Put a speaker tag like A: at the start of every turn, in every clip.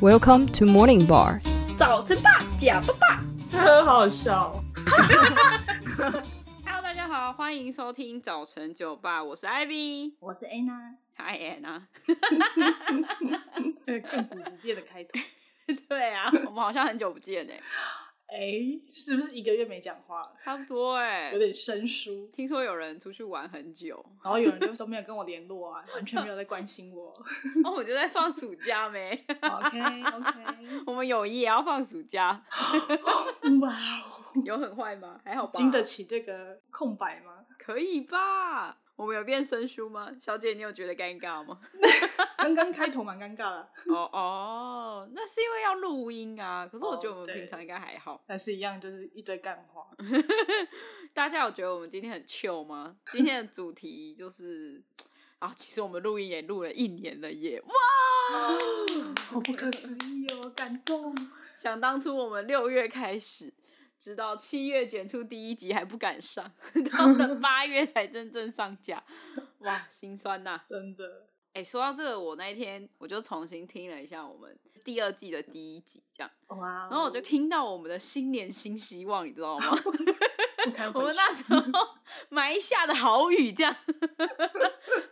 A: Welcome to Morning Bar。
B: 早晨吧，假爸爸。
C: 很好笑。
B: Hello，大家好，欢迎收听早晨酒吧，我是 Ivy。
D: 我是 Anna，
B: Hi Anna。
C: 亘古不变的开 头。
B: 对啊，我们好像很久不见哎、
C: 哎、是不是一个月没讲话了？
B: 差不多哎、
C: 有点生疏。
B: 听说有人出去玩很久，
C: 然后有人就都没有跟我联络啊，完全没有在关心 我。
B: 哦，我就在放暑假没？
C: OK OK，
B: 我们友谊也要放暑假，
C: 哇哦，
B: 有很坏吗？还好吧，
C: 经得起这个空白吗？
B: 可以吧？我们有变生疏吗？小姐，你有觉得尴 尬吗？
C: 刚刚开头蛮尴尬的，
B: 哦哦，那是因为要录音啊。可是我觉得
C: 哦
B: 我们
C: 对
B: 平常应该还好。
C: 但是一样就是一堆干话。
B: 大家有觉得我们今天很 chill 吗？今天的主题就是啊，其实我们录音也录了一年了耶！哇，
C: 好不可思议哦，感动。
B: 想当初我们六月开始，直到七月剪出第一集还不敢上， 到了八月才真正上架，哇，心酸呐、
C: 真的，
B: 哎、说到这个，我那一天我就重新听了一下我们第二季的第一集，这样，
C: 哇哦
B: 然后我就听到我们的新年新希望，你知道 吗？
C: 不堪回
B: 我
C: 首
B: 们那时 候埋下的好雨，这样，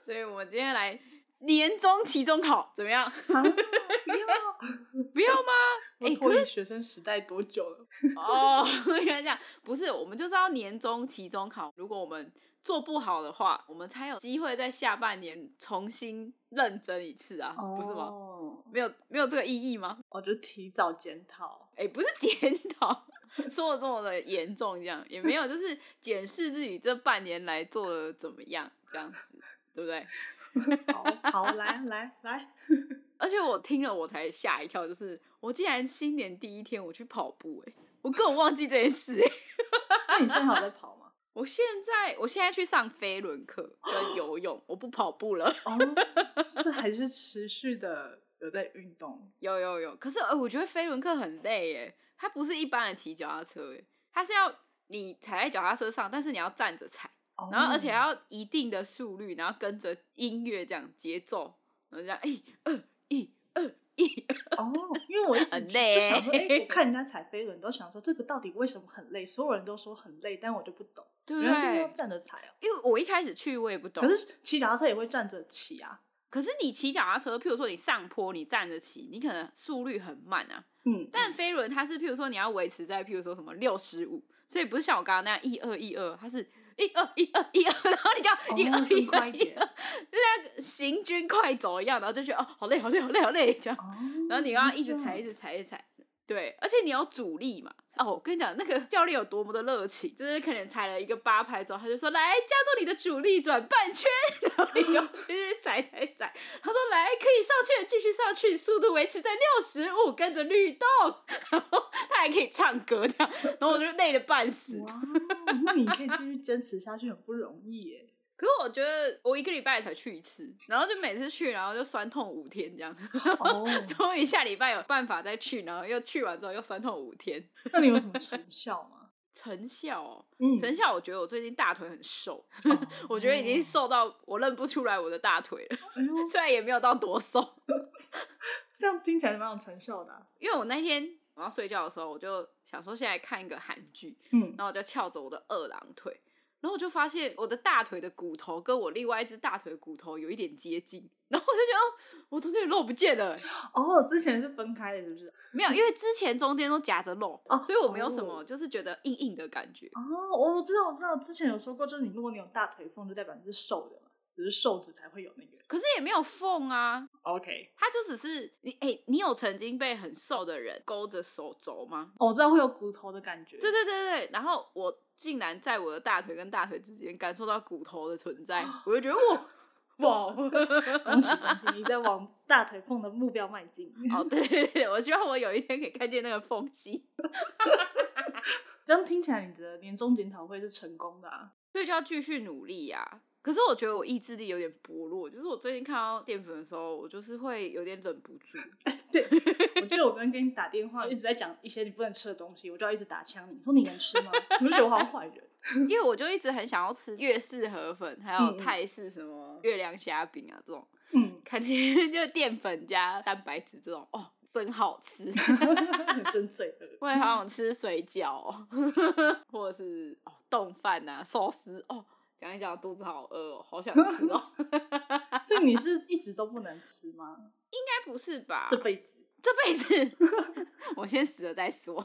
B: 所以我们今天来年终期中考怎么样？
C: 啊不 要
B: 不要吗？哎、
C: 我脱
B: 可
C: 离
B: 是
C: 学生时代多久了？
B: 哦， 原来这样，不是，我们就知道年终期中考，如果我们做不好的话，我们才有机会在下半年重新认真一次啊，不是吗？
D: 哦，
B: 没有没有这个意义吗？
C: 我哦就提早检讨。
B: 哎、不是检讨， 说的这么的严重，这样也没有，就是检视自己这半年来做的怎么样，这样子，对不对？
C: 好好，来来来，
B: 而且我听了我才吓一跳，就是我竟然新年第一天我去跑步、哎，我根本忘记这件事、哎，
C: 那你现在还有在跑吗？
B: 我现在我现在去上飞轮课 跟游泳，我不跑步了。
C: 哦，是还是持续的有在运动，
B: 有有有，可是呃，我觉得飞轮课很累耶，它不是一般的骑脚踏车耶，它是要你踩在脚踏车上，但是你要站着踩，
C: 哦
B: 然后而且还要一定的速率，然后跟着音乐这样节奏，然后这样一二一二一，
C: 哦，因为我一直
B: 很累
C: 就想说，哎、我看人家踩飞轮，都想说这个到底为什么很累？所有人都说很累，但我就不懂，
B: 对不
C: 原来是要
B: 对？
C: 站着踩哦。
B: 因为我一开始去我也不懂，
C: 可是骑脚踏车也会站着骑啊，
B: 可是你骑脚踏车，譬如说你上坡你站着骑，你可能速率很慢啊，
C: 嗯，
B: 但
C: 嗯
B: 飞轮它是，譬如说你要维持在譬如说什么六十五，所以不是像我刚刚那样一二一二，它是一二一二一二，然后你就
C: 哦
B: 一二
C: 更
B: 一
C: 快
B: 二
C: 一
B: 一
C: 点
B: 二，就像行军快走一样，然后就觉得哦好累好累好累好累这样，
C: 哦，
B: 然后你又要一直
C: 这样
B: 踩一直踩一直踩。对，而且你有阻力嘛？哦，我跟你讲，那个教练有多么的热情，就是可能踩了一个八拍之后，他就说：“来，加重你的阻力，转半圈。” 然后你就继续踩踩踩。他说：“来，可以上去了，继续上去，速度维持在六十五，跟着律动。” 然后他还可以唱歌这样，然后我就累得半死。
C: 哇哦，那你可以继续坚持下去，很不容易耶。
B: 可是我觉得我一个礼拜才去一次，然后就每次去，然后就酸痛五天这样。
C: 哦，
B: 终于下礼拜有办法再去，然后又去完之后又酸痛五天。
C: 那你有什么成效吗？
B: 成效、哦，
C: 嗯哦
B: 成效，我觉得我最近大腿很瘦，我觉得已经瘦到我认不出来我的大腿了，
C: 哎呦，
B: 虽然也没有到多瘦，
C: 这样听起来蛮有成效的啊、
B: 因为我那天我要睡觉的时候，我就想说现在看一个韩剧，
C: 嗯
B: 然，后我就翘着我的二郎腿，然后我就发现我的大腿的骨头跟我另外一只大腿的骨头有一点接近，然后我就觉得、哦、我中间的肉不见了、欸
C: 哦，之前是分开的，是不是？
B: 没有，因为之前中间都夹着肉，
C: 哦
B: 所以我没有什
C: 哦
B: 么就是觉得硬硬的感觉。
C: 哦，我我知道，我知道，之前有说过，就是你如果你有大腿缝，就代表你是瘦的嘛，只是瘦子才会有那个。
B: 可是也没有缝啊，
C: OK，
B: 他就只是你哎、你有曾经被很瘦的人勾着手肘吗？
C: 哦我知道会有骨头的感觉。
B: 对对对对，对然后我竟然在我的大腿跟大腿之间感受到骨头的存在，我就觉得啊 哇哦哇，
C: 哦恭喜恭喜，你在往大腿缝的目标迈进。
B: 哦对对对，我希望我有一天可以看见那个缝隙，
C: 这样听起来，你的年终检讨会是成功的啊！
B: 所以就要继续努力啊呀、可是我觉得我意志力有点薄弱，就是我最近看到淀粉的时候，我就是会有点忍不 住。
C: 对，我记得我昨天给 你打电话，一直在讲一些你不能吃的东西，我就要一直打枪你，说你能吃吗？你不觉得我好像坏人？
B: 因为我就一直很想要吃粤式河粉，还有
C: 嗯嗯
B: 泰式什么月亮虾饼啊这种，
C: 嗯，
B: 感觉 就是淀粉加蛋白质这种，哦，真好吃。
C: 真罪恶。
B: 我也好想吃水饺、哦， 或者是哦冻饭呐、寿司哦。讲一讲，肚子好饿、哦，好想吃哦。 应
C: 所以你是一直都不能吃吗？
B: 该不是吧？
C: 这辈子？
B: 这辈子， 我先死了再说。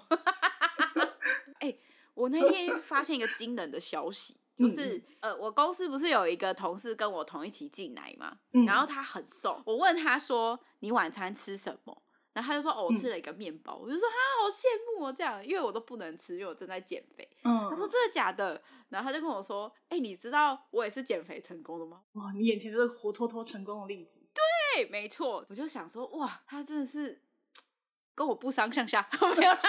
B: 哎、我那天发现一个惊人的消息，就是、呃，我公司不是有一个同事跟我同一起进来嘛，
C: 嗯
B: 然后他很瘦，我问他说你晚餐吃什么？然后他就说哦，我吃了一个面包，我就说哈，好羡慕哦，这样，因为我都不能吃，因为我正在减肥。
C: 嗯，
B: 他说真的假的？然后他就跟我说，哎、你知道我也是减肥成功的吗？
C: 哇，你眼前就是活脱脱成功的例 子。
B: 对，没错，我就想说，哇，他真的是跟我不相上下， 没有啦，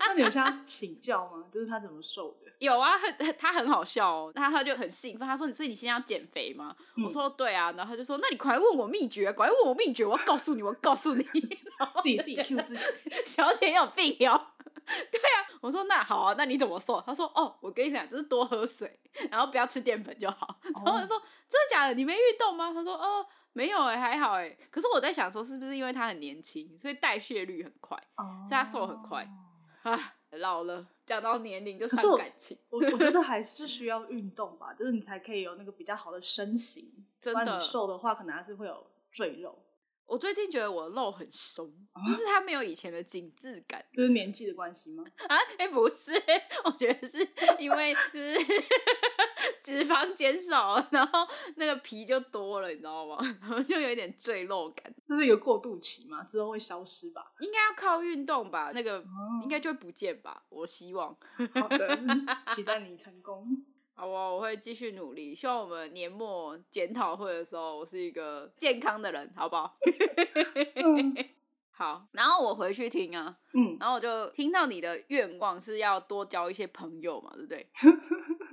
C: 那你有向他请教吗？就是他怎么瘦的？
B: 有啊，很他很好笑哦，那他就很兴奋，他说，所以你现在要减肥吗？我
C: 嗯
B: 说对啊，然后他就说，那你快问我秘诀，啊快问我秘诀，我要告诉你，我要告诉你，
C: 自己自己 Q 自己。
B: 小姐有病哟、 对啊，我说那好啊，那你怎么瘦？他说哦，我跟你讲，就是多喝水， 然后不要吃淀粉就好。 然
C: 哦
B: 后我就说真的假的？你没运动吗？他说哦，没有哎、还好哎、可是我在想说，是不是因为他很年轻，所以代谢率很快
C: 哦
B: 所以他瘦很快啊？老了，讲到年龄就
C: 可是
B: 伤
C: 我
B: 感情，
C: 我我觉得还是需要运动吧，就是你才可以有那个比较好的身形。
B: 真
C: 不然
B: 的
C: 你。瘦的话，可能还是会有赘肉，
B: 我最近觉得我肉很松，
C: 啊
B: 就是它没有以前的紧致感
C: 这是年纪的关系吗？
B: 啊！哎、不是，我觉得是因为就是 脂肪减少了，然后那个皮就多了，你知道吗？ 然后就有一点赘肉感，
C: 这是一个过渡期嘛，之后会消失吧？
B: 应该要靠运动吧？那个
C: 哦
B: 应该就会不见吧？我希望。
C: 好 的，期待你成功。
B: 好哦，我会继续努力。希望我们年末检讨会的时候，我是一个健康的人，好不好？
C: 嗯
B: 好。然后我回去听啊，
C: 嗯，
B: 然后我就听到你的愿望是要多交一些朋友嘛，对不 对？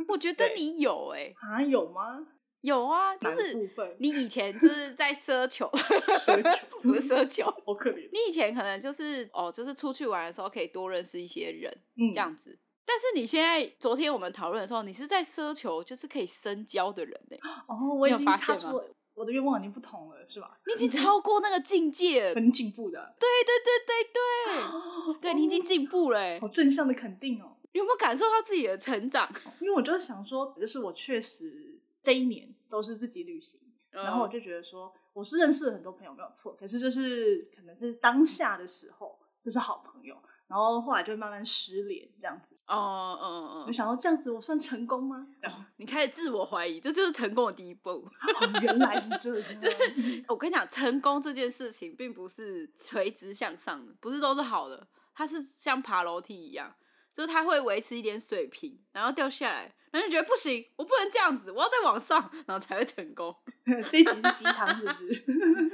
B: 我觉得
C: 对
B: 你有哎、
C: 啊，有吗？
B: 有啊，就
C: 哪个部
B: 是
C: 分？
B: 你以前就是在奢求，
C: 奢求
B: 不是奢求，
C: 好可怜。
B: 你以前可能就是哦，就是出去玩的时候可以多认识一些人，
C: 嗯，
B: 这样子。但是你现在昨天我们讨论的时候，你是在奢求就是可以深交的人呢、
C: 哦，我已
B: 你有
C: 经
B: 发
C: 踏
B: 现
C: 出
B: 吗
C: 了我的愿望已经不同了，是吧？
B: 你已经超过那个境界 了。对
C: 很进步的，
B: 对对对对，对你已经进步了、欸
C: 好。正向的肯定哦。
B: 你有没有感受到自己的成长？
C: 因为我就想说，就是我确实这一年都是自己旅行，然后我
B: 嗯
C: 就觉得说，我是认识了很多朋友没有错，可是就是可能是当下的时候就是好朋友，然后后来就会慢慢失联这样子。
B: 哦嗯
C: 我
B: 嗯
C: 就想说，这样子我算成功 吗？然后
B: 嗯，你开始自我怀疑，这就是成功的第一步。
C: 哦原来是这 样，
B: 我跟你讲，成功这件事情并不是垂直向上的，不是都是好的，它是像爬楼梯一样，就是它会维持一点水平，然后掉下来，然后就觉得不行，我不能这样子，我要再往上，然后才会成功。
C: 这一集是鸡汤是 不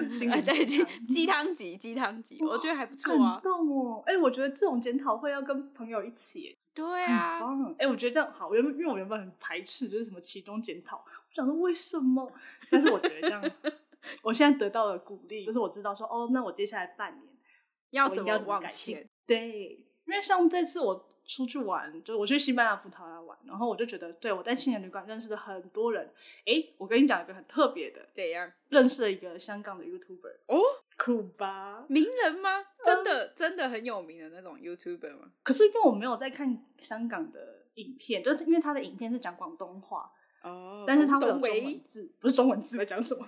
C: 是？心
B: 哎，
C: 灵
B: 对，
C: 鸡汤
B: 鸡鸡汤级，鸡汤级，我觉得还不错
C: 感
B: 啊。
C: 动哦！哎、我觉得这种检讨会要跟朋友一起耶，
B: 对
C: 很
B: 啊，
C: 棒。哎、我觉得这样好，我原本因为我原本很排斥，就是什么其中检讨，我想说为什么？但是我觉得这样， 我现在得到了鼓励，就是我知道说，哦，那我接下来半年
B: 要
C: 我
B: 怎
C: 应该
B: 么
C: 怎么
B: 往
C: 改进
B: 前？
C: 对，因为像这次我出去玩，就我去西班牙、葡萄牙玩，然后我就觉得，对我在青年旅馆认识了很多人。哎，我跟你讲一个很特别的，
B: 怎样？
C: 认识了一个香港的 YouTuber
B: 哦，
C: 酷吧？
B: 名人吗？真
C: 呃
B: 的、真的很有名的那种 YouTuber 吗？
C: 可是因为我没有在看香港的影片，就是因为他的影片是讲广东话，
B: 哦
C: 但是他会有
B: 懂
C: 中文
B: 为
C: 字，不是中文字在讲 什么，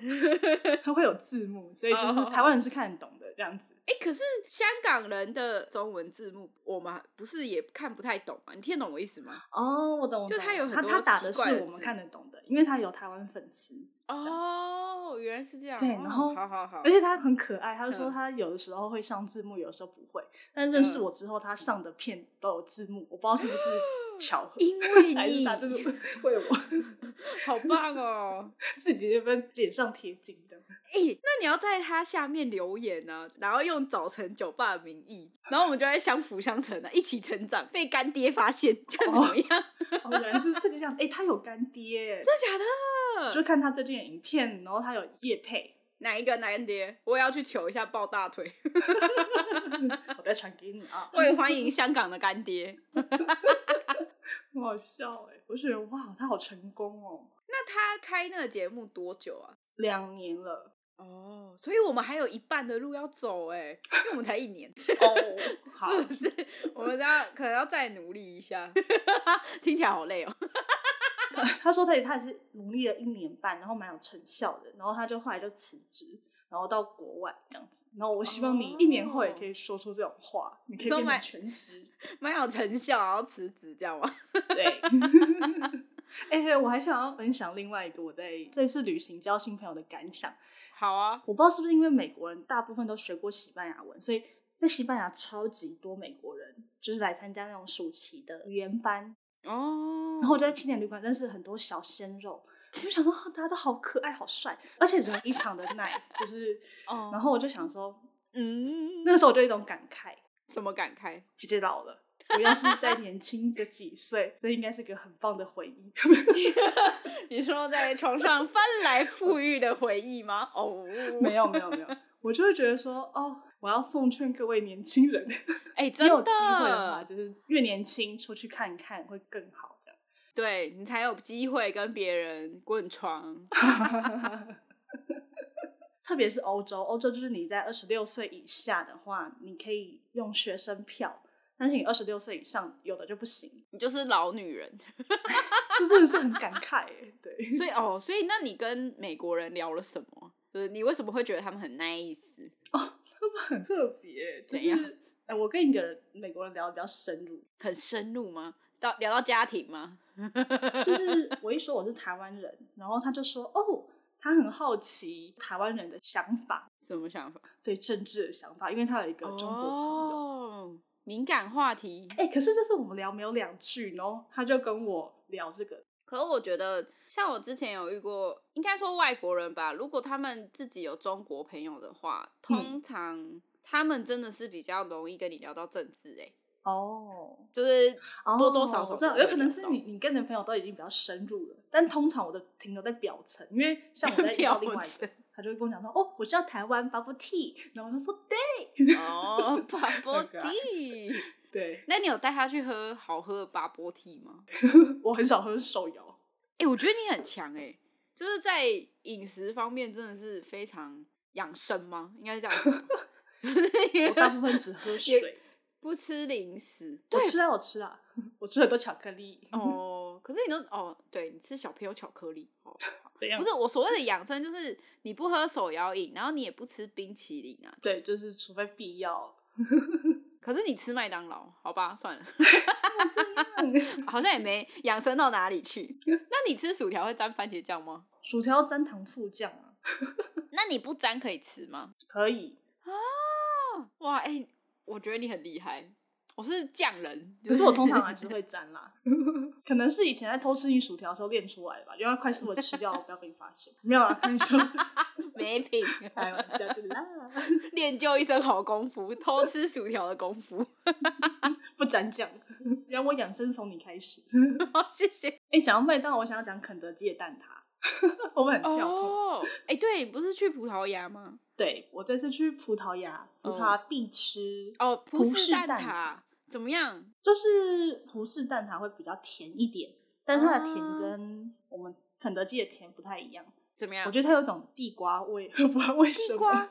C: 他会有字幕，所以就
B: 哦
C: 是台湾人是看得懂的这样子。
B: 哎、可是香港人的中文字幕，我们不是也看不太懂吗？啊你听得懂我意思吗？
C: 哦，我懂，我
B: 就
C: 懂
B: 他有很
C: 他
B: 多
C: 他打
B: 奇
C: 的
B: 怪的
C: 是我们
B: 字
C: 看得懂的，因为他有台湾粉丝，
B: 哦，原来是这样。
C: 对
B: 哦
C: 然后
B: 好好好，
C: 而且他很可爱，他就说
B: 嗯
C: 他有的时候会上字幕，有的时候不会。但认识我之后，他上的片都有字幕，我不知道是不是巧合，
B: 因 为
C: 还是
B: 你
C: 他就是为了我
B: 好棒哦。
C: 自己这边脸上贴金的。
B: 哎、那你要在他下面留言呢、然后用早晨酒吧的名义，然后我们就会相辅相成的、啊，一起成长。被干爹发现，这样怎么样？
C: 哦，原来是这个样子。哎、他有干爹，
B: 真的假的？
C: 就看他最近的影片，然后他有叶配，
B: 哪一个男爹？我也要去求一下抱大腿。
C: 我再传给你啊。
B: 我也欢迎香港的干爹。
C: 很好笑哎、我就觉得哇，他好成功哦，
B: 那他开那个节目多久啊？
C: 两年了
B: 哦，所以我们还有一半的路要走哎、因为我们才一 年，
C: 哦， 好，
B: 是不是？我们要可能要再努力一下， 听起来好累哦。
C: 他他说他也他也是努力了一年半，然后蛮有成效的，然后他就后来就辞职，然后到国外这样子。然后我希望你一年后也可以说出这种话，你可以
B: 说
C: 变成
B: 买
C: 全职。
B: 蛮有成效，然后辞职这样吗？
C: 对。 哎、我还想要分享另外一个我在这次旅行交新朋友的感想。
B: 好啊，
C: 我不知道是不是因为美国人大部分都学过西班牙文，所以在西班牙超级多美国人，就是来参加那种暑期的语言班，
B: 哦，
C: 然后我就在青年旅馆认识很多小鲜肉，我就想说哦大家都好可爱、好帅，而且人非常的 nice，就是，
B: 哦
C: 然后我就想说，
B: 嗯，
C: 那个时候我就有一种感慨，
B: 什么感慨？
C: 姐姐老了。我要是再年轻个几岁，这应该是个很棒的回忆。
B: 你说在床上翻来覆去的回忆吗？哦，
C: 没有没有没有，我就会觉得说，哦，我要奉劝各位年轻人，
B: 哎、
C: 你
B: 真
C: 有机会的话，
B: 的，
C: 就是越年轻出去看看会更好的。
B: 对你才有机会跟别人滚床。
C: 特别是欧洲，欧洲就是你在二十六岁以下的话，你可以用学生票，但是你二十六岁以上有的就不行，
B: 你就是老女人，
C: 这真的是很感慨哎。对，
B: 所以哦，所以那你跟美国人聊了什么？就是你为什么会觉得他们很 nice？
C: 很特别，就
B: 怎样
C: 是哎，我跟一个美国人聊的比较深入，
B: 很深入吗？到聊到家庭吗？
C: 就是我一说我是台湾人，然后他就说哦，他很好奇台湾人的想法，
B: 什么想法？
C: 对政治的想法，因为他有一个中国朋友。
B: 哦，敏感话题。
C: 哎、可是这次我们聊没有两句，然后他就跟我聊这个，
B: 可是我觉得，像我之前有遇过，应该说外国人吧，如果他们自己有中国朋友的话，
C: 嗯
B: 通常他们真的是比较容易跟你聊到政治、欸，
C: 哦，
B: 就是多多少
C: 哦
B: 少
C: 我知道，
B: 都会
C: 有可能是
B: 聊
C: 你你跟你的朋友都已经比较深入了，但通常我的停留在表层，因为像我在遇到另外一
B: 表
C: 个，他就会跟我讲说，哦，我知道台湾 bubble tea，然后我就说对
B: 哦，巴波
C: 很可爱
B: 蒂。
C: 对，
B: 那你有带他去喝好喝的巴波蒂吗？
C: 我很少喝手 摇，
B: 哎、我觉得你很强哎、就是在饮食方面真的是非常养生吗？应该是这样讲吗，
C: 我大部分只喝水，
B: 不吃零食。
C: 我吃啊我吃啊， 我吃很多巧克力，
B: 哦，可是你都哦，对你吃小朋友巧克力哦，
C: 怎样？
B: 不是我所谓的养生，就是你不喝手摇饮，然后你也不吃冰淇淋啊，
C: 对，就是除非必要，
B: 可是你吃麦当劳，好吧，算了，
C: 这样
B: 好像也没养生到哪里去。那你吃薯条会沾番茄酱吗？
C: 薯条沾糖醋酱啊，
B: 那你不沾可以吃吗？
C: 可以，
B: 啊哇，哎、我觉得你很厉害，我是匠人，啊就
C: 可是我通常还是会沾啦， 可能是以前在偷吃你薯条的时候练出来的吧，因为快速的吃掉，不要被你发现，没有啦，跟你说。
B: 没 品，
C: 开玩笑的啦，
B: 练就一身好功夫，偷吃薯条的功夫。
C: 不沾酱， 让我养生从你开始。
B: 谢谢。
C: 哎、讲到麦当劳，我想要讲肯德基的蛋挞， 我们很跳痛。
B: 哦，哎、对你不是去葡萄牙吗？
C: 对我这次去葡萄牙，葡萄牙必吃，
B: 嗯哦，葡
C: 葡
B: 式
C: 式
B: 蛋
C: 蛋
B: 挞怎么样？
C: 就是葡式蛋挞会比较甜一点，但它的甜
B: 啊
C: 跟我们肯德基的甜不太一样。
B: 怎么样？
C: 我觉得它有一种地瓜味， 我不知道为什
B: 地
C: 么。
B: 瓜。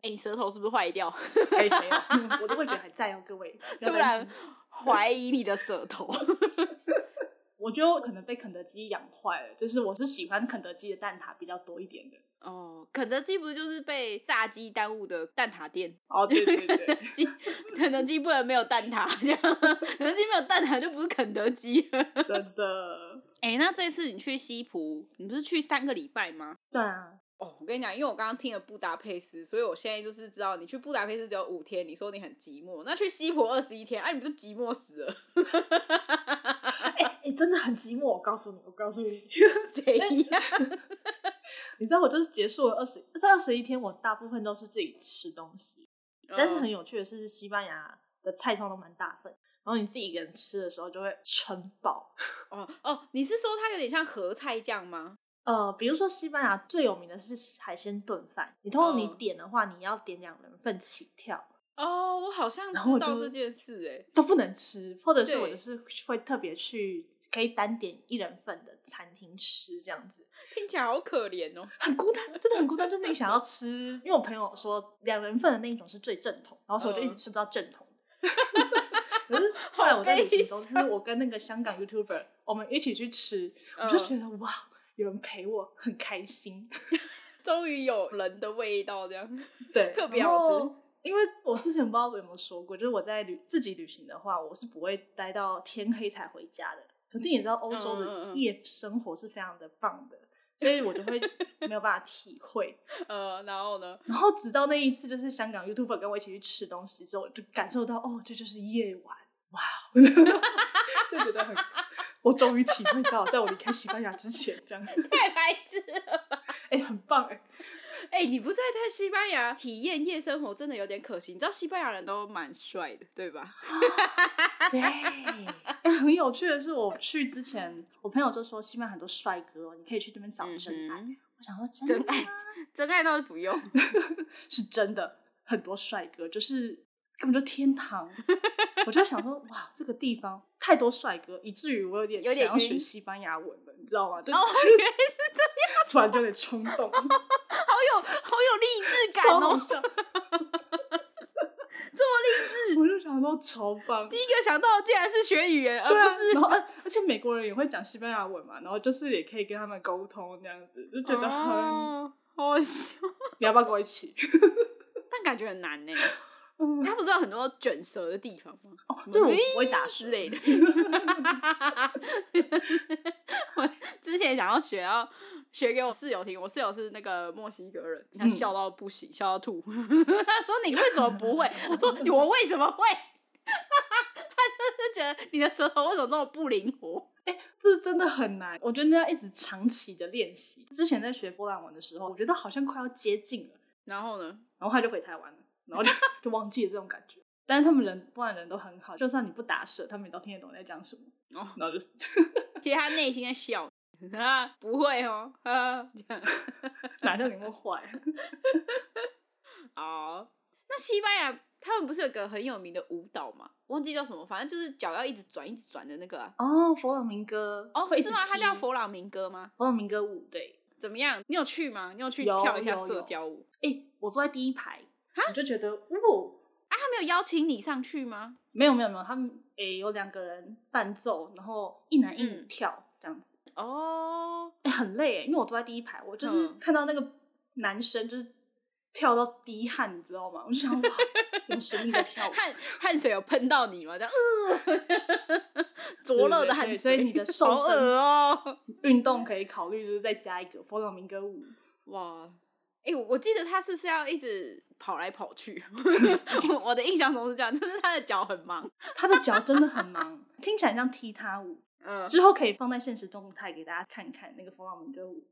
B: 哎、你舌头是不是坏掉？
C: 哎没有，我的味觉还在哦，各位，不要
B: 突
C: 担
B: 然
C: 心。
B: 怀疑你的舌头。
C: 我觉得我可能被肯德基养坏了，就是我是喜欢肯德基的蛋挞比较多一点的。
B: 哦，肯德基不就是被炸鸡耽误的蛋挞店？
C: 哦，对对对，
B: 鸡肯德基不能没有蛋挞，这样 肯德基没有蛋挞就不是肯德基 了。
C: 真的。
B: 哎、那这次你去西葡，你不是去三个礼拜吗？
C: 对啊，
B: 哦，我跟你讲，因为我刚刚听了布达佩斯，所以我现在就是知道你去布达佩斯只有五天，你说你很寂寞，那去西葡二十一天，哎、你不是寂寞死了？
C: 哎、哎真的很寂寞。我告诉你，我告诉你，
B: 怎样？
C: 你知道我就是结束了二十这二十一天，我大部分都是自己吃东西。
B: 嗯
C: 但是
B: 哦
C: 很有趣的是，西班牙的菜通常都蛮大份，然后你自己一个人吃的时候就会撑饱。
B: 哦哦，你是说它有点像合菜酱吗？
C: 呃，比如说西班牙最有名的是海鲜炖饭，你通常你
B: 嗯
C: 点的话，你要点两人份起跳。
B: 哦，我好像
C: 然后
B: 知
C: 我
B: 道
C: 就
B: 这件事哎、
C: 都不能吃，或者是我
B: 对
C: 就是会特别去可以单点一人份的餐厅吃这样子，
B: 听起来好可怜哦。
C: 很孤单，真的很孤单。就是你想要吃，因为我朋友说两人份的那一种是最正统，然后所以我就一直
B: 嗯
C: 吃不到正统。 可是后来我在旅行中，
B: 好悲
C: 就是我跟那个香港 YouTuber 我们一起去吃，我
B: 嗯呃
C: 就觉得哇，有人陪我很开心，
B: 终于有人的味道这样。
C: 对，
B: 特别
C: 然
B: 好吃
C: 后。因为我之前不知道有没有说过，就是我在旅自己旅行的话，我是不会待到天黑才回家的。可是你知道欧洲
B: 嗯嗯
C: 的
B: 嗯
C: 夜生活是非常的棒的，所以我就 会没有办法体会。
B: 呃，然后呢？
C: 然后直到那一次，就是香港 YouTuber 跟我一起去吃东西之后，我就感受到哦，这就是夜晚，哇，哦 就觉得很， 我终于体会到，在我离开西班牙之前，这样，
B: 太白痴了！
C: 哎、很棒哎、
B: 哎、你不在在西班牙体验夜生活，真的有点可惜。你知道西班牙人都蛮帅的，对吧？
C: 对， 哎很有趣的是，我去之前，我朋友就说西班牙很多帅哥，你可以去这边找真爱。
B: 嗯
C: 我想说真
B: 真
C: 的
B: 爱
C: 吗
B: 哼 真爱倒是 不用。
C: 是真的，很多帅哥，就是根本就天 堂。我就想说，哇，这个地方太多帅哥，以至于我有点
B: 有
C: 想
B: 点
C: 要学
B: 晕
C: 西班牙文了，你知 道吗？就
B: 然后我觉得
C: 突然就有点冲 动，
B: 好有好有励志
C: 超
B: 感
C: 好
B: 哦！
C: 笑，这么励志，我就想说超棒
B: 第。一个想到的竟然是学语言，而
C: 对啊
B: 不是，
C: 然后而而且美国人也会讲西班牙文嘛，然后就是也可以跟他们沟通这样子，就觉得很，
B: 哦好笑，
C: 你要不要跟我一起？
B: 但感觉很难呢。
C: 嗯，
B: 他不是有很多卷舌的地方吗？什么
C: 哦对，我
B: 之
C: 不会打
B: 之
C: 之
B: 类的。 我之前想要学，要学给我室友听。我室友是那个墨西哥人，他
C: 嗯
B: 笑到不行，笑到吐。 他说：“你为什么不会？”我说：“我为什么会？” 他就是觉得你的舌头为什么这么不灵活？
C: 这真的很难，我觉得要一直长期的练习。之前在学波兰文的时候，我觉得好像快要接近了，
B: 然后呢？
C: 然后他就回台湾了，然 后就就忘记了这种感觉。但是他们人波兰人都很好，就算你不打舌，他们也都听得懂你在讲什么。
B: 哦
C: 然后就是
B: 其实他内心在笑。啊，不会哦，啊，这样
C: 哪像你那么坏？
B: 哦，那西班牙他们不是有个很有名的舞蹈吗？忘记叫什么，反正就是脚要一直转、一直转的那个啊、
C: 哦，佛朗明哥
B: 哦，
C: 会一
B: 是
C: 直
B: 吗？它
C: 踢
B: 叫佛朗明哥吗？
C: 佛朗明哥舞对。
B: 怎么样？你有去吗？你有去
C: 有
B: 跳一下
C: 有
B: 社
C: 有
B: 交舞
C: 哎，我坐在第一排，我就觉得哦，
B: 啊？他没有邀请你上去吗？
C: 没有没有没有，他们诶、有两个人伴奏，然后一男一女
B: 嗯
C: 跳、这样子。
B: 哦，
C: 欸很累欸，因为我坐在第一排，我就是
B: 嗯
C: 看到那个男生就是跳到滴汗，你知道吗？我就想哇，有神秘的跳舞，
B: 汗汗水有喷到你吗？这样，呃灼热的汗
C: 对对
B: 水，
C: 对所以你 的瘦
B: 好恶
C: 身
B: 哦。
C: 运动可以考虑，就是再加一个佛朗明哥舞。
B: 哇，哎、我我记得他是是要一直跑来跑去， 我我的印象中是这样，就是他的脚很忙。
C: 他的脚真的很忙，听起来像踢踏舞。
B: 嗯，
C: 之后可以放在现实动态给大家看看那个佛朗明哥舞。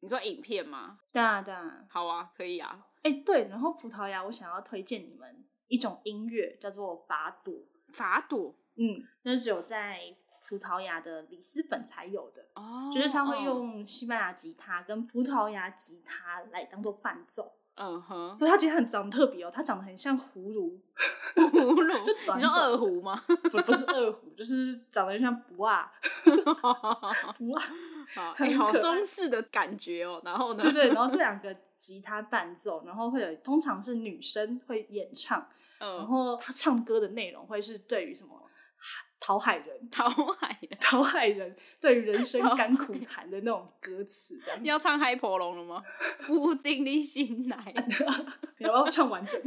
B: 你说影片吗？
C: 对啊对啊，
B: 好啊，可以啊。
C: 哎、对，然后葡萄牙，我想要推荐你们一种音乐，叫做拔朵。
B: 法朵
C: 嗯，那是只有在葡萄牙的里斯本才有的。
B: 哦
C: 就是他会，用西班牙吉他跟葡萄牙吉他来当做伴奏。
B: 嗯哼，
C: 葡萄牙吉他很长得特别哦，它长得很像葫芦，
B: 葫芦，
C: 就短
B: 你说
C: 短
B: 二
C: 的
B: 胡吗？
C: 不不是二胡，就是长得像不啊不啊，
B: 好，
C: 很
B: 哎、好
C: 可爱
B: 中式的感觉哦。然后呢？
C: 对对。然后这两个吉他伴奏，然后会有通常是女生会演唱，然
B: 嗯，
C: 后她唱歌的内容会是对于什么讨海人。
B: 讨海 的，
C: 讨海人对于人生甘苦谈的那种歌词，这样
B: 你要唱嗨婆龙了吗？ 布丁的心奶，
C: 你要不要唱完 整？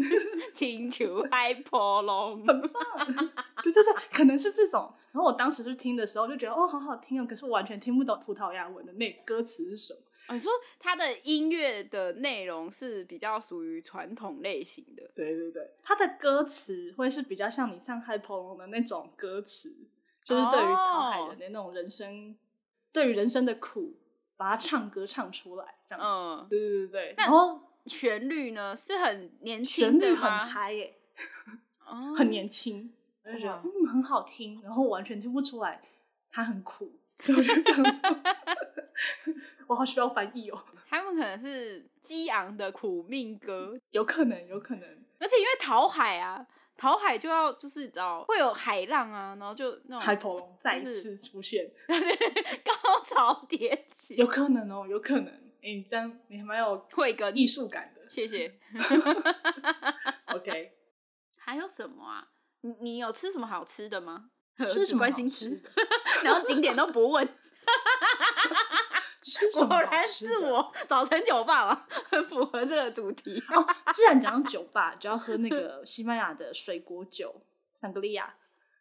B: 请求嗨婆龙。
C: 对对对，可能是这种。然后我当时就听的时候就觉得哦，好好听哦，可是我完全听不懂葡萄牙文的那歌词是什么。
B: 哦你说它的音乐的内容是比较属于传统类型的，
C: 对对对，它的歌词会是比较像你唱《嗨婆龙》的那种歌词，就是对于讨海人的那种人生，对于人生的苦，把它唱歌唱出来这样子。
B: 嗯，
C: 对对对，然后
B: 旋律呢是很年
C: 旋
B: 轻的
C: 律很
B: 吗？
C: 嗨耶、
B: 哦
C: 很年轻，我就觉得
B: 哇
C: 嗯很好听，然后完全听不出来 它很苦。我就这样说我好需要翻译哦。
B: 他们可能是激昂的苦命哥，
C: 有可能，有可能
B: 而且因为淘海啊，淘海就要就是你知道会有海浪啊，然后就那种
C: 海婆龙再一
B: 就是
C: 次出现，
B: 高潮迭起，
C: 有可能哦，有可能。哎、你这样你还蛮有
B: 慧根，
C: 艺术嗯感的。
B: 谢谢。
C: OK，
B: 还有什么啊？你你有吃什么好吃的吗？
C: 吃什
B: 只
C: 么
B: 关
C: 好
B: 心
C: 吃
B: 吃
C: 的，
B: 然后景点都不问，
C: 吃什
B: 果
C: 么好
B: 然
C: 吃
B: 是
C: 的。
B: 我早晨酒吧嘛，很符合这个主题。
C: 既然讲到酒吧，就要喝那个西班牙的水果酒桑格利亚，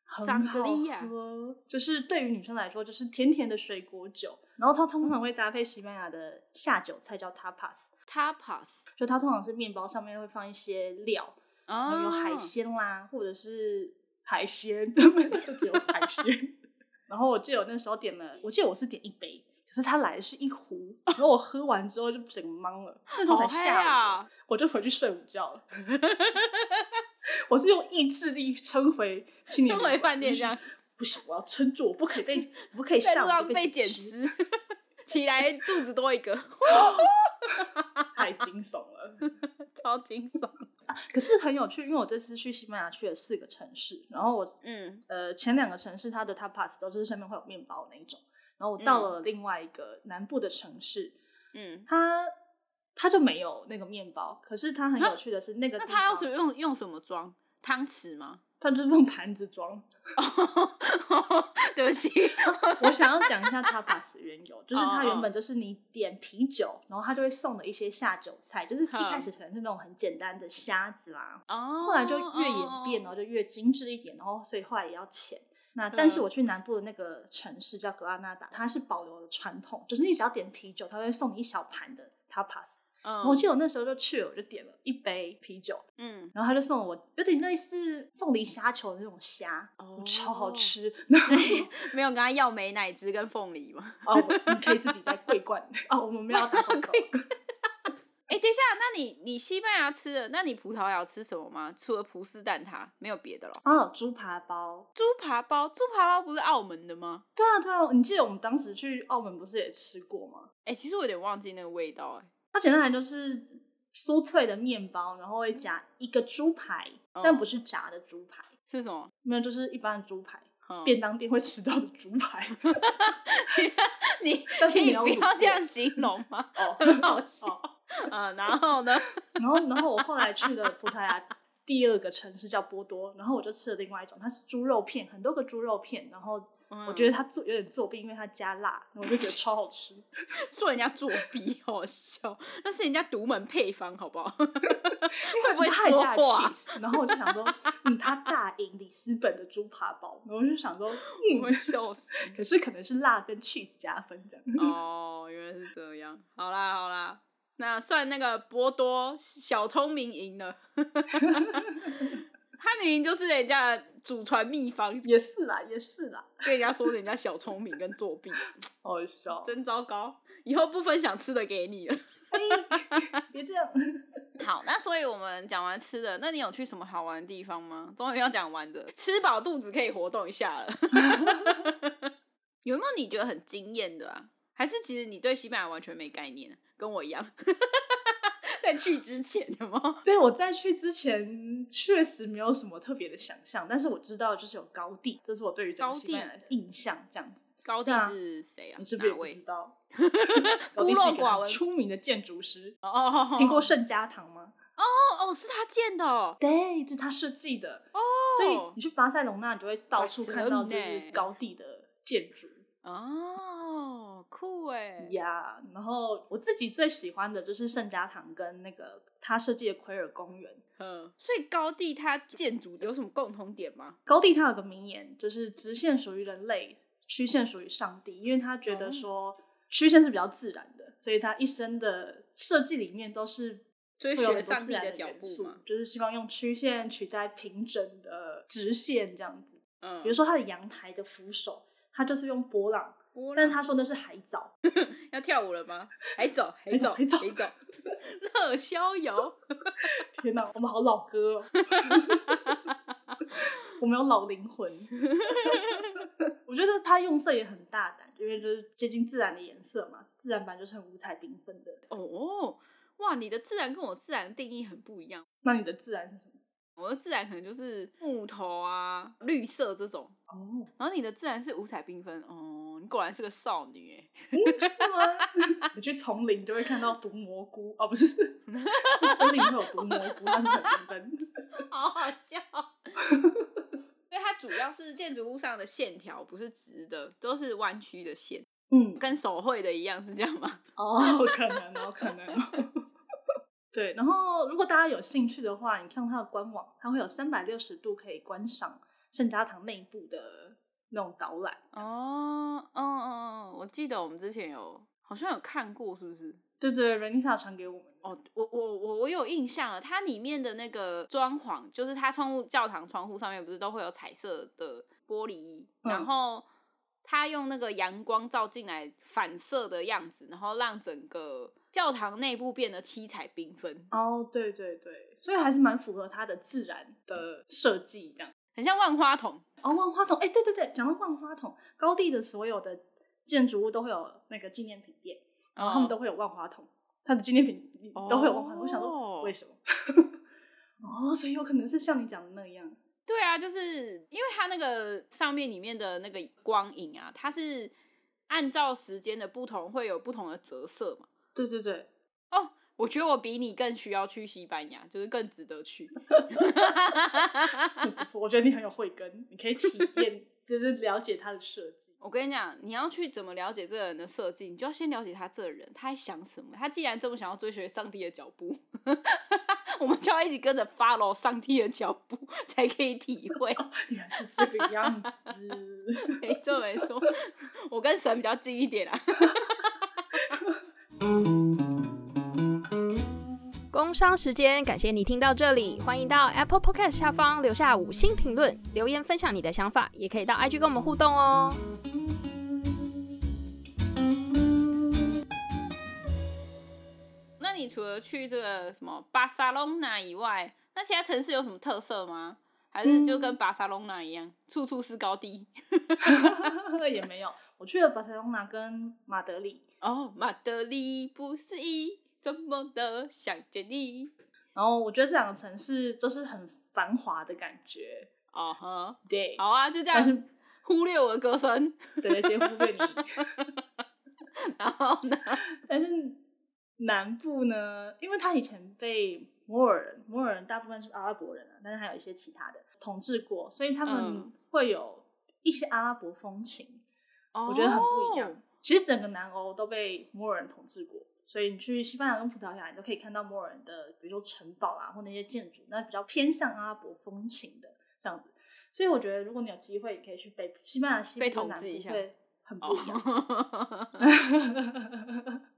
C: 很好
B: Sangria
C: 喝。就是对于女生来说，就是甜甜的水果酒，然后它通常会搭配西班牙的下酒菜叫 tapas，
B: Tapas
C: 就它通常是面包上面会放一些料，然后
B: 啊
C: 有海鲜啦，或者是海鲜， 对不对？就只有海鲜。 然后我记得我那时候点了，我记得我是点一杯，可是他来的是一壶，然后我喝完之后就整个懵了，那时候才
B: 好嗨
C: 下午，
B: 啊！
C: 我就回去睡午觉了。 我是用意志力撑回青年
B: 春
C: 旅馆
B: 回饭店
C: 就是
B: 这样，
C: 不行，我要撑住，我不可以被，我不可以
B: 在
C: 下
B: 路
C: 午
B: 上
C: 就
B: 被
C: 捡
B: 捡
C: 尸，
B: 尸， 起来肚子多一个，
C: 太惊悚了。
B: 超惊悚。
C: 可是很有趣，因为我这次去西班牙去了四个城市，然后我
B: 嗯，
C: 呃，前两个城市它的 tapas 都是上面会有面包那一种，然后我到了另外一个南部的城市，
B: 嗯，
C: 它它就没有那个面包，可是它很有趣的是那个
B: 那
C: 地
B: 他要
C: 方，
B: 是用用什么装？汤匙吗？
C: 它就是用盘子装。
B: 对不起，
C: 我想要讲一下 tapas 的缘由，就是它
B: 哦哦
C: 原本就是你点啤酒，然后它就会送的一些下酒菜，就是一开始可能是那种很简单的虾子啦，
B: 哦，
C: 后来就越演变，然
B: 哦，
C: 后就越精致一点，然后所以后来也要钱。那但
B: 嗯
C: 是我去南部的那个城市叫格拉纳达，它是保留了传统，就是你只要点啤酒，它会送你一小盘的 tapas。
B: 嗯
C: 我记得我那时候就去了，我就点了一杯啤酒，
B: 嗯，
C: 然后他就送了我有点类似凤梨虾球的那种虾，
B: 哦
C: 超好吃。然后
B: 没有跟他要美乃滋跟凤梨吗？
C: 哦，我你可以自己带桂冠 哦，我们没有要打广告。
B: 哎，等一下，那你你西班牙吃的，那你葡萄牙有吃什么吗？除了葡式蛋挞，没有别的了。
C: 啊，猪扒包，
B: 猪扒包，猪扒包不是澳门的吗？
C: 对啊对啊，你记得我们当时去澳门不是也吃过吗？
B: 哎，其实我有点忘记那个味道，哎，
C: 它简单来就是酥脆的面包，然后会夹一个猪排，
B: 哦
C: 但不是炸的猪排，
B: 是什么？
C: 没有，就是一般的猪排，
B: 嗯
C: 便当店会吃到的猪排。
B: 你
C: 但是
B: 你
C: 你要
B: 不
C: 卤
B: 要
C: 过
B: 这样形容吗？
C: 哦，
B: 很好笑
C: 哦。
B: 嗯，然后 呢？
C: 然后，然后我后来去了葡萄牙第二个城市叫波多，然后我就吃了另外一种，它是猪肉片，很多个猪肉片，然后
B: 嗯
C: 我觉得它做有点作弊，因为它加辣，然后我就觉 得超好吃。
B: 嗯说人家作弊，好好笑， 那是人家独门配方，好不 好？会不会
C: 太
B: 说
C: 加了
B: 话
C: cheese？然后我就想说，嗯，它大赢里斯本的猪扒包，然后我就想说，
B: 我
C: 嗯
B: 会，笑 死。
C: 可是可能是辣跟 cheese 加分这样。
B: 哦，原来是这样。好啦，好啦，那算那个波多小聪明赢了。 他明明就是人家的祖传秘方，
C: 也是啦，也是啦，
B: 跟人家说人家小聪明跟作弊，
C: 好笑
B: 真糟糕。以后不分享吃的给你了。
C: 哎别这样。
B: 好，那所以我们讲完吃的，那你有去什么好玩的地方吗？终于要讲完的，吃饱肚子可以活动一下了。 有没有你觉得很惊艳的啊？还是其实你对西班牙完全没概念，跟我一样， 在去之前有没有？
C: 对我在去之前确实没有什么特别的想象，但是我知道就是有高地，这是我对于整个
B: 高
C: 西班牙的印象这样子。
B: 高地
C: 对啊
B: 是谁啊？
C: 你是不是也
B: 哪
C: 不
B: 位？
C: 知 道？高
B: 孤
C: 地是
B: 陋
C: 一
B: 寡
C: 个
B: 闻。
C: 出名的建筑师，
B: 哦哦哦，
C: 听过圣家堂吗？
B: 哦哦，是他建的哦。
C: 对，这是他设计的。
B: 哦
C: 所以你去巴塞隆纳，你就会到处看到就
B: 哇塞
C: 是高地的建筑。
B: 哦，酷哎！
C: 呀然后我自己最喜欢的就是圣家堂跟那个他设计的奎尔公园。
B: 嗯，所以高地它建筑有什么共同点吗？
C: 高地他有个名言，就是直线属于人类，曲线属于上帝，因为他觉
B: 哦
C: 得说曲线是比较自然的，所以他一生的设计里面都是
B: 追
C: 会有
B: 学
C: 很多
B: 上
C: 自
B: 帝
C: 然
B: 的
C: 的
B: 脚
C: 元
B: 步
C: 素
B: 嘛。
C: 就是希望用曲线取代平整的直线这样子。
B: 嗯，
C: 比如说他的阳台的扶手，他就是用波浪，
B: 波
C: 但
B: 浪，
C: 是他说那是海藻，
B: 要跳舞了吗？还走，还走，
C: 还走
B: 还走， 乐逍遥。
C: 天哪，我们好老歌哦！ 我们有老灵魂。我觉得他用色也很大胆，因为就是接近自然的颜色嘛，自然版就是很五彩缤纷的。
B: 哦，哇，你的自然跟我自然的定义很不一样。
C: 那你的自然是什么？
B: 我的自然可能就是木头啊、绿色这种，
C: 哦，
B: 然后你的自然是五彩缤纷。哦，你果然是个少女哎。
C: 嗯是吗？ 你去丛林就会看到毒蘑菇，哦，不是， 森林会有毒蘑菇，它是很缤纷。
B: 好好笑。 因为它主要是建筑物上的线条不是直的，都是弯曲的线，
C: 嗯，
B: 跟手绘的一样，是这样吗？
C: 哦，可能哦，可能哦。 对，然后如果大家有兴趣的话，你上它的官网，它会有三百六十度可以观赏圣家堂内部的那种导览。
B: 哦，嗯嗯嗯，我记得我们之前有好像有看过，是不是？
C: 对对 r e n i t a 传给我们的。
B: 哦，我我我我有印象了，它里面的那个装潢，就是它窗户教堂窗户上面不是都会有彩色的玻璃，
C: 嗯
B: 然后它用那个阳光照进来反射的样子，然后让整个教堂内部变得七彩缤纷，
C: 哦，对对对，所以还是蛮符合它的自然的设计这样。
B: 很像万花筒。
C: 哦，万花筒，哎，对对对，讲到万花筒，高地的所有的建筑物都会有那个纪念品店，然哦后他们都会有万花筒，它的纪念品都会有万花筒。我想
B: 哦
C: 说，为什么？ 哦，所以有可能是像你讲的那样。
B: 对啊，就是因为它那个上面里面的那个光影啊，它是按照时间的不同会有不同的折射嘛。
C: 对对对，
B: 我觉得我比你更需要去西班牙，就是更值得去。
C: 很不错，我觉得你很有慧根，你可 以体验，就是了解它的设计。
B: 我跟你讲，你要去怎么了解这个人的设计，你就要先了解他这个人，他在想什么。他既然这么想要追随上帝的脚步， 我们就要一起跟着 follow 上帝的脚步，才可以体会。
C: 原来是这个样子。
B: 没错没错，我跟神比较近一点啊。
A: 工商时间，感谢你听到这里，欢迎到 Apple Podcast 下方留下五星评论，留言分享你的想法，也可以到 IG 跟我们互动哦。
B: 那你除了去这个什么巴塞隆纳以外，那其他城市有什么特色吗？还是就
C: 嗯
B: 跟巴塞隆纳一样，处处是高地？
C: 也没有，我去了巴塞隆纳跟马德里，
B: 哦，马德里不思议，怎么的想见你？
C: 然后我觉得这两个城市都是很繁华的感觉。
B: 哦呵，
C: 对，
B: 好啊，就这
C: 但
B: 样
C: 是
B: 忽略我的歌声，
C: 对，直接 忽略你。
B: 然后呢？
C: 但是南部呢，因为它以前被摩尔人，摩尔人大部分是阿拉伯人啊，但是还有一些其他的统治过，所以他们
B: 嗯
C: 会有一些阿拉伯风情，我觉得很不一样。
B: 哦。
C: 其实整个南欧都被摩尔人统治过，所以你去西班牙跟葡萄牙，你都可以看到摩尔人的，比如说城堡啊，或那些建筑，那比较偏向阿拉伯风情的这样子。所以我觉得，如果你有机会，你可以去北西班牙西部
B: 被
C: 跟
B: 统
C: 南部
B: 治一下
C: 会很不一样。
B: 哦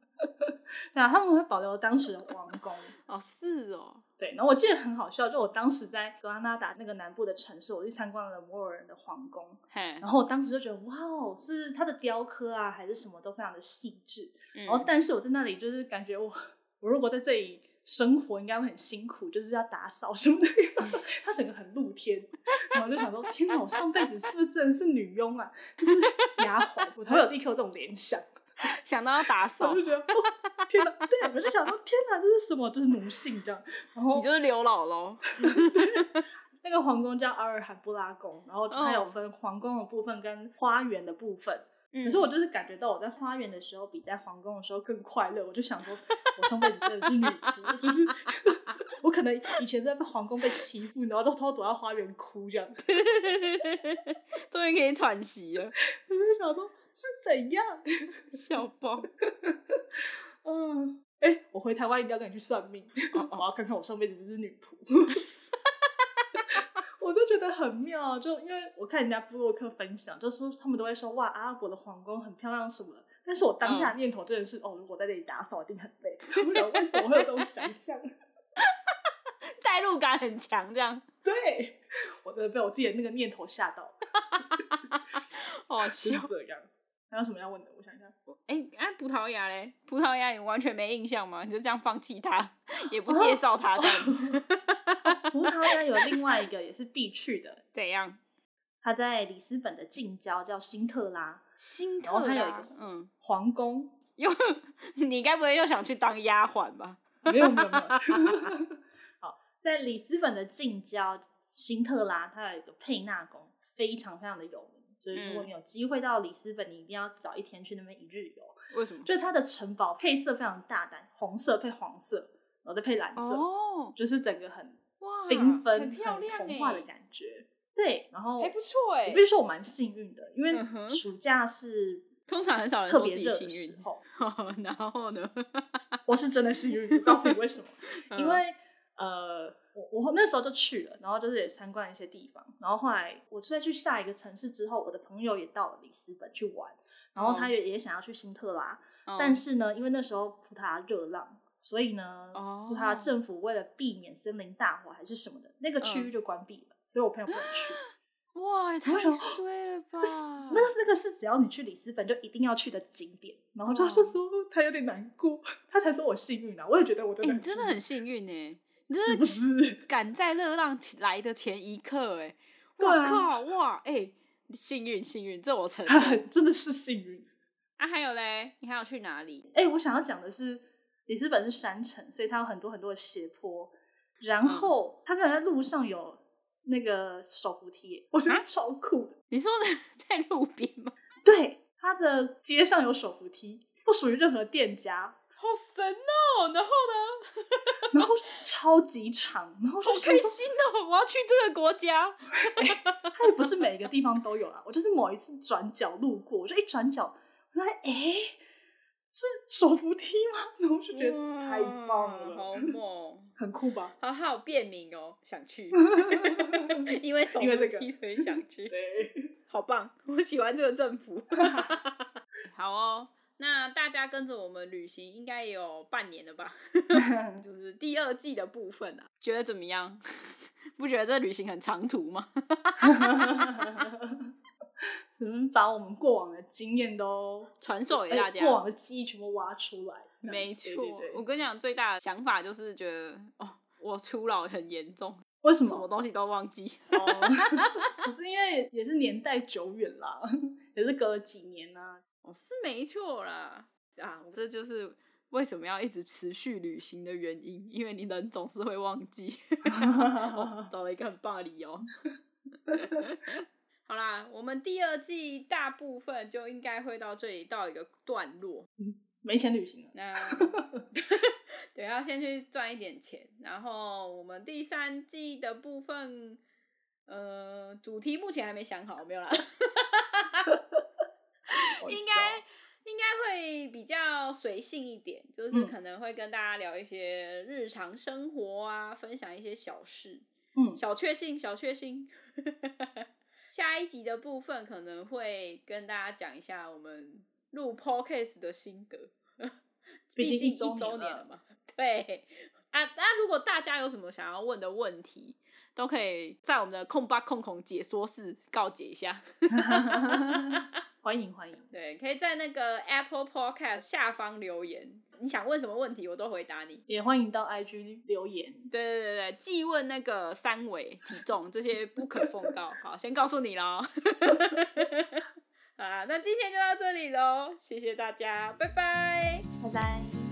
C: 对啊，他们会保留当时的王宫。
B: 哦，是哦，
C: 对，然后我记得很好笑，就我当时在格拉纳达那个南部的城市，我去参观了摩尔人的皇宫，
B: 嘿，
C: 然后我当时就觉得哇哦，是它的雕刻啊，还是什么都非常的细致。
B: 嗯
C: 然后，但是我在那里就是感觉我，我如果在这里生活，应该会很辛苦，就是要打扫什么的。 它整个很露天，然后我就想说，天哪，我上辈子是不是真的是女佣啊？就是丫鬟，我才会有立刻有这种联 想。
B: 想到要打扫
C: 我，就觉得，哦、天哪，对，我就想说，天哪，这是什么？就是奴性这样。然后
B: 你就是刘姥姥。
C: 那个皇宫叫阿尔罕布拉宫，然后它有
B: 哦
C: 分皇宫的部分跟花园的部分。
B: 嗯
C: 可是我就是感觉到我在花园的时候比在皇宫的时候更快乐，我就想说，我上辈子真的是女仆，就是 我可能以前在皇宫被欺负，然后都偷偷躲到花园哭这样， 我
B: 终于可以喘息了，
C: 就想说是怎样？
B: 笑爆！
C: 嗯，哎、我回台湾一定要跟你去算命，我要看看我上辈子是不是女仆。 我就觉得很妙，就因为我看人家布洛克分享，就说他们都会说哇，阿拉伯的皇宫很漂亮什么的。但是我当下的念头真的是，哦，如果在这里打扫一定很累。我不知道为什么会有这种想象？
B: 代入感很强，这样
C: 对我真的被我自己的那个念头吓到，
B: 好
C: 就
B: 笑
C: 是。这样。还有什么要问的？我想一下，
B: 哎、哎、葡萄牙嘞？葡萄牙你完全没印象吗？你就这样放弃它，也不 介绍它，这样子、
C: 葡萄牙有另外一个也是必去的，
B: 怎样？
C: 它在里斯本的近郊叫新特拉
B: 新
C: 然后
B: 特
C: 它有
B: 拉
C: 一个
B: 嗯，
C: 皇宫，
B: 又 你该不会又想去当丫鬟吧？
C: 没有没有没有。 好，在里斯本的近郊新特拉，它有一个佩纳宫，非常非常的有名。所以如果
B: 嗯
C: 你有机会到里斯本，你一定要早一天去那边一日游。
B: 为什么？
C: 就是它的城堡配色非常大胆，红色配黄色，然后再配蓝色，
B: 哦，
C: 就是整个很
B: 哇，
C: 缤纷、
B: 很漂亮欸
C: 童话的
B: 觉，
C: 感觉。对，然后
B: 还不错哎
C: 我必。须说我蛮幸运的，因为
B: 嗯哼
C: 暑假是
B: 通常很少人
C: 特
B: 说
C: 别
B: 自己
C: 热的
B: 幸运
C: 时候，
B: 然后呢？
C: 我是真的幸运，我告诉你为什 么。
B: 嗯
C: 因为呃，我我那时候就去了，然后就是也参观了一些地方，然后后来我再去下一个城市之后，我的朋友也到了里斯本去玩，然后他也也想要去新特拉，
B: 嗯，
C: 但
B: 是
C: 是呢，因为那时候葡萄牙热浪，所以呢，
B: 哦
C: 葡萄牙政府为了避免森林大火还是什么的，那个区
B: 嗯
C: 域就关闭了，所以我朋友不能 去。
B: 哇，也太
C: 我想
B: 衰了吧！
C: 那个那个是只要你去里斯本就一定要去的景点，然后他
B: 哦
C: 就说他有点难过， 他才说我幸运啊，我也觉得我真
B: 哎
C: 的
B: 你
C: 很
B: 真
C: 幸
B: 的
C: 运，
B: 很幸运哎，你真
C: 是
B: 的
C: 不是？
B: 赶在热浪起来的前一刻，哎，
C: 对
B: 哇
C: 啊
B: 靠，哇，哎，幸运幸运，这我 承
C: 他
B: 认。
C: 很真的是幸 运。
B: 啊，还有嘞，你还要去哪里？
C: 哎、我想要讲的是，里斯本是山城，所以它有很多很多的斜坡，然后它居然在路上有那个手扶梯，我觉得超酷的。
B: 你说的 在路边吗？
C: 对，它的街上有手扶梯，不属于任何店家，
B: 好神哦！然后呢？
C: 然后超级长，然后就
B: 好
C: 想
B: 开
C: 说
B: 心哦！我要去这个国家。
C: 它也不是每一个地方都有 啊。我就是某一次转角路过，我就一转角，我发现哎，是手扶梯吗？ 然后我就觉得太棒
B: 哇
C: 了，
B: 好猛，哦
C: 很酷吧？
B: 好好便民哦，想 去，因为手
C: 因为这
B: 扶
C: 个
B: 梯所以想去。
C: 对。
B: 好棒！ 我喜欢这个政府。 好哦，那大家跟着我们旅行应该也有半年了 吧？就是第二季的部分啊，觉得怎么样？ 不觉得这旅行很长途吗？
C: 只能把我们过往的经验都
B: 传授给大家
C: 哎过往的记忆全部挖出来。这样
B: 没错，
C: 对对对
B: 我跟你讲，最大的想法就是觉得哦，我初老很严重，
C: 为什
B: 什么
C: 么？
B: 东西都忘记。
C: 哦可是因为也是年代久远啦， 也是隔了几年啊呢、
B: 哦，是没错啦，啊，这就是为什么要一直持续旅行的原因，因为你人总是会忘记。哦。
C: 啊
B: 找了一个很棒的理由。 好啦，我们第二季大部分就应该会到这里到一个段落。
C: 没钱旅行了，
B: 那 对，要先去赚一点钱，然后我们第三季的部分，呃，主题目前还没想好，没有啦，应该应该会比较随性一点，就是
C: 嗯
B: 可能会跟大家聊一些日常生活啊，分享一些小事。
C: 嗯
B: 小确幸，小确幸。 下一集的部分可能会跟大家讲一下我们录 podcast 的心得，
C: 毕
B: 毕
C: 竟
B: 竟
C: 一
B: 一周
C: 周
B: 年
C: 年了
B: 了嘛。 对啊，那如果大家有什么想要问的问题，都可以在我们的空吧空空解说室告解一下。
C: 欢迎欢迎，
B: 对，可以在那个 Apple Podcast 下方留言，你想问什么问题，我都回答你。
C: 也欢迎到 IG 留言。
B: 对对对对，既问那个三围、体重这些不可奉告。好，先告诉你喽。 好啦，那今天就到这里喽，谢谢大家，拜拜。
C: 拜拜。